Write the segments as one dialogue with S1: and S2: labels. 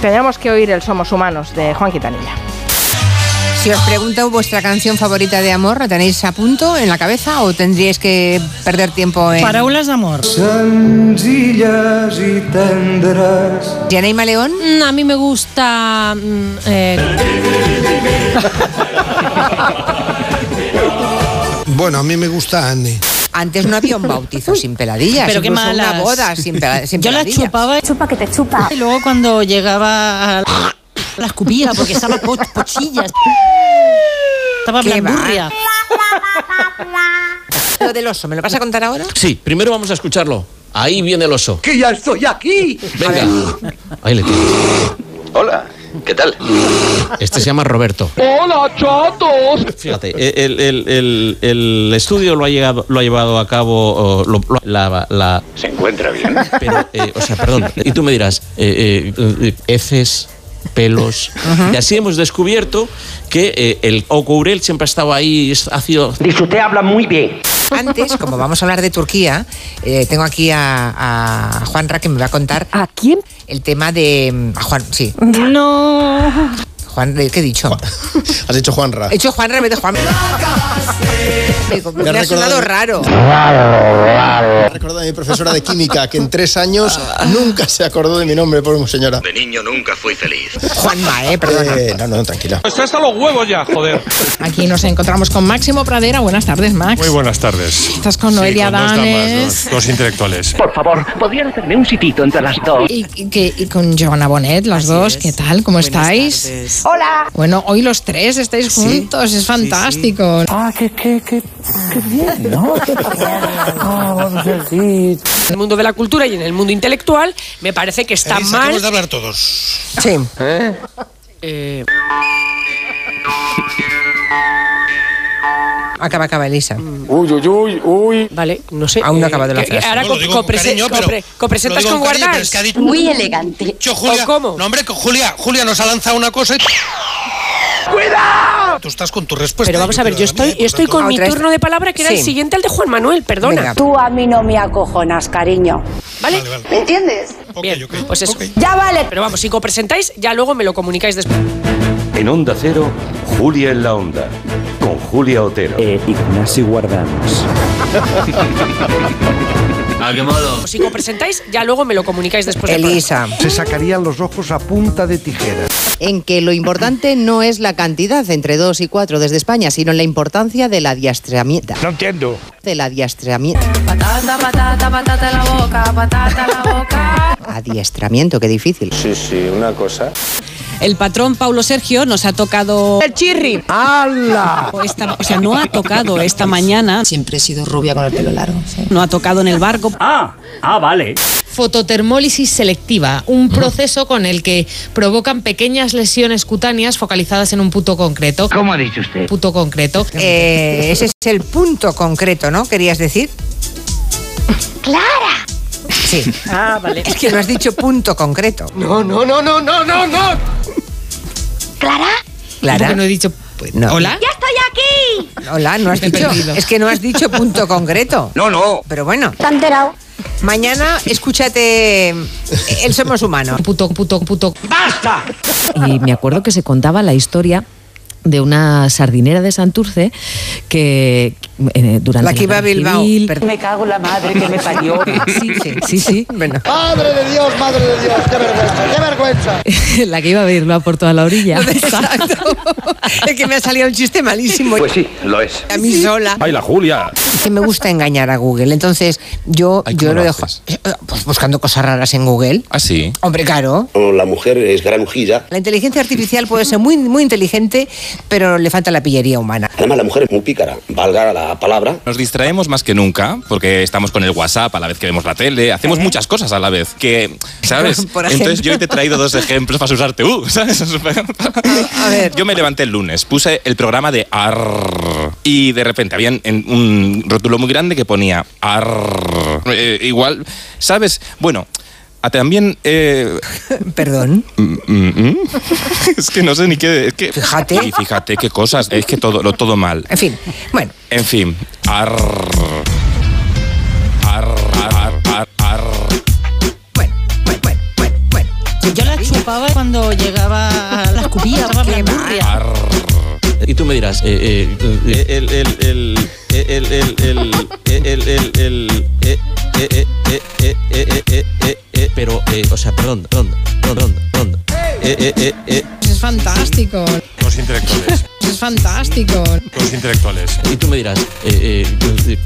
S1: Tendremos que oír el Somos Humanos de Juan Quitanilla.
S2: Si os pregunto vuestra canción favorita de amor, ¿la tenéis a punto en la cabeza o tendríais que perder tiempo en...
S3: Paraules d'amor.
S4: Sencillas y tendrás.
S2: Yaneima León?
S5: Mm, A mí me gusta. mm, eh,
S6: Bueno, a mí me gusta Anne.
S2: Antes no había un bautizo sin peladillas,
S3: Pero qué
S2: incluso una
S3: malas.
S2: boda sin, pela- sin
S3: Yo la
S2: peladillas.
S3: chupaba
S7: Chupa que te chupa.
S3: y luego cuando llegaba a la escupía porque estaba po- pochilla. Estaba
S2: Qué
S3: blandurria.
S2: Lo del oso, ¿me lo vas a contar ahora?
S8: Sí, primero vamos a escucharlo. Ahí viene el oso.
S4: ¡Que ya estoy aquí!
S8: Venga. Ahí le tienes.
S9: Hola, ¿qué tal?
S8: Este se llama Roberto.
S4: ¡Hola, chatos!
S8: Fíjate, e-, el, el- el- el estudio lo ha, llegado, lo ha llevado a cabo o, lo- lo- la, la-
S9: ¿Se encuentra bien?
S8: pero, eh, o sea, perdón. Y tú me dirás, eh, eh, eh, heces, pelos. Y así hemos descubierto que eh, el ocourel siempre ha estado ahí, es- ha sido
S9: Dice, usted habla muy bien.
S2: Antes, como vamos a hablar de Turquía, eh, tengo aquí a, a Juanra que me va a contar
S1: ¿A quién?
S2: el tema de... mm, A Juan, sí.
S3: No.
S2: Juan, ¿qué he dicho?
S6: Has dicho Juanra.
S2: He dicho Juanra en vez de Juan. Digo,
S6: Me
S2: Me
S6: ha
S2: ha sonado
S6: recordado-
S2: raro.
S6: Recuerdo a mi profesora de química que en tres años nunca se acordó de mi nombre, por señora.
S9: De niño nunca fui feliz.
S2: Juanma, eh, perdona.
S6: Eh, no, no, tranquila.
S4: hasta los huevos ya, joder.
S3: Aquí nos encontramos con Máximo Pradera. Buenas tardes, Max.
S10: Muy buenas tardes.
S3: Estás con Noelia
S10: con dos damas,
S3: Danes.
S10: dos- dos intelectuales.
S9: Por favor, ¿podrían hacerme un sitito entre las dos?
S3: Y, y que- y con Giovanna Bonet, las dos, ¿qué tal? ¿Cómo estáis? Hola. Bueno, hoy los tres estáis juntos, es fantástico.
S4: Ah, qué, qué, qué, qué bien, ¿no? Ah, vamos a decir.
S11: En el mundo de la cultura y en el mundo intelectual, me parece que está mal.
S6: de hablar todos.
S2: Sí.
S11: eh,
S2: Acaba, acaba, Elisa.
S4: Uy, uy, uy, uy.
S11: vale, no sé. Mm.
S2: Aún no
S11: eh,
S2: ha acabado la
S11: que- que
S2: frase.
S11: Ahora
S10: No,
S11: co-
S10: lo digo con
S11: copre-
S10: cariño, pero-
S11: copre-
S10: lo
S11: copresentas
S10: digo
S11: con
S10: con cariño,
S11: guardar.
S10: pero es que ha dicho-
S7: Muy elegante.
S10: Yo, Julia,
S11: ¿O cómo?
S10: No, hombre, co- Julia, Julia nos ha lanzado una cosa y. ¡Cuidado! Tú estás con tu respuesta.
S11: Pero vamos a ver, yo
S10: creo,
S11: estoy,
S10: también,
S11: yo estoy
S10: por
S11: con mi
S2: Otra vez.
S11: turno de palabra que era
S2: Sí.
S11: el siguiente al de Juan Manuel, perdona.
S2: Venga.
S7: Tú a mí no me acojonas, cariño.
S11: ¿Vale?
S10: tanto. Vale,
S7: ¿Me entiendes?
S10: vale.
S11: Bien,
S10: Ok, ok,
S11: pues eso.
S10: ok.
S7: Ya vale.
S11: Pero vamos, si copresentáis, ya luego me lo comunicáis después.
S9: En Onda Cero, Julia en la Onda, con Julia Otero.
S8: Eh.
S4: Ignacio Guardanos.
S11: Si copresentáis, ya luego me lo comunicáis después. del
S2: Elisa.
S4: Se sacarían los ojos a punta de tijera.
S2: En que lo importante no es la cantidad entre 2 y 4 desde España, sino en la importancia de la adiestramiento.
S4: No entiendo.
S2: De la adiestramiento.
S7: Patata, patata, patata en la boca, patata en la boca.
S2: Adiestramiento, qué difícil.
S9: Sí, sí, una cosa.
S3: El patrón Paulo Sergio nos ha tocado
S1: El chirri.
S4: ¡Hala!
S3: esta, o sea, no ha tocado esta mañana,
S2: Siempre he sido rubia con el pelo largo.
S3: no ha tocado en el barco.
S4: Ah, ah, vale.
S5: Fototermólisis selectiva, un proceso con el que provocan pequeñas lesiones cutáneas focalizadas en un punto concreto.
S9: ¿Cómo ha dicho usted?
S5: Punto concreto.
S2: Eh, ese es el punto concreto, ¿no? ¿Querías decir? ¡Clara! Sí.
S11: Ah, vale.
S2: Es que no has dicho punto concreto.
S4: No, no, no, no, no, no, no.
S2: Clara.
S5: Porque no he dicho. pues,
S2: No.
S5: Hola.
S2: Hola, no has
S5: Me he
S2: dicho.
S5: perdido.
S2: Es que no has dicho punto concreto.
S9: No, no.
S2: Pero bueno,
S7: ¿Te has enterado?
S2: mañana escúchate eh, El Somos Humanos.
S5: Puto, puto, puto.
S3: Y me acuerdo que se contaba la historia de una sardinera de Santurce que eh, durante
S2: La que iba a Bilbao. Perdón.
S7: Me cago en la madre que me parió.
S2: Sí, sí, sí. Bueno.
S4: Madre de Dios, madre de Dios, qué vergüenza, qué vergüenza.
S3: la que iba a Bilbao por toda la orilla.
S2: Exacto. es que me ha salido un chiste malísimo.
S9: Pues sí, lo es.
S2: a mí sola.
S9: ¡Ay, la Julia!
S2: Que me gusta engañar a Google. Entonces, yo,
S8: Ay, ¿cómo
S2: yo lo
S8: lo
S2: dejo
S8: haces?
S2: eh, pues, buscando cosas raras en Google.
S8: Ah, sí.
S2: Hombre, claro.
S9: O la mujer es granujilla.
S2: La inteligencia artificial puede ser muy, muy inteligente, pero le falta la pillería humana.
S9: Además, la mujer es muy pícara, valga la palabra.
S10: Nos distraemos más que nunca porque estamos con el WhatsApp a la vez que vemos la tele, hacemos muchas cosas a la vez que, ¿sabes?
S2: Por ejemplo.
S10: Entonces yo hoy te he traído dos ejemplos para usarte, uh, ¿sabes?
S2: A ver.
S10: Yo me levanté el lunes, puse el programa de AR y de repente había en- en un rótulo muy grande que ponía AR. Eh, igual, ¿sabes? Bueno, a- también... eh,
S2: Perdón.
S10: Mm, mm, mm. es que no sé ni qué. es que-
S2: Fíjate.
S10: Y fíjate qué cosas. Es que todo, lo, todo mal.
S2: En fin, bueno.
S10: En fin. Arr. Arr, arr, arr, arr.
S2: Bueno, bueno, bueno, bueno, bueno.
S3: Yo la chupo flipaba cuando llegaba a la escupía, la murria.
S8: Y tú me dirás, eh, eh, eh, el, el, el, el, el, el, el, el, el, el, eh, eh, eh, eh, eh, eh, eh, eh, eh, eh, pero, eh, o sea, perdón, perdón, perdón, perdón. Eh, eh, eh, eh.
S3: Es fantástico.
S8: Los intelectuales.
S3: Es fantástico.
S8: Los intelectuales. Y tú me dirás, eh, eh,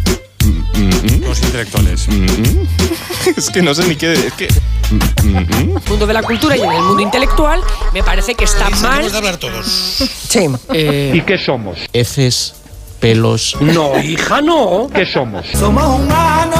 S8: los intelectuales.
S10: Mm-hmm. es que no sé ni qué. Es que.
S2: En el mundo de la cultura y en el mundo intelectual, me parece que está mal.
S8: Sí.
S2: ¿Y
S8: qué somos? Heces, pelos.
S2: No, hija,
S8: no. ¿Qué somos?
S12: Somos humanos.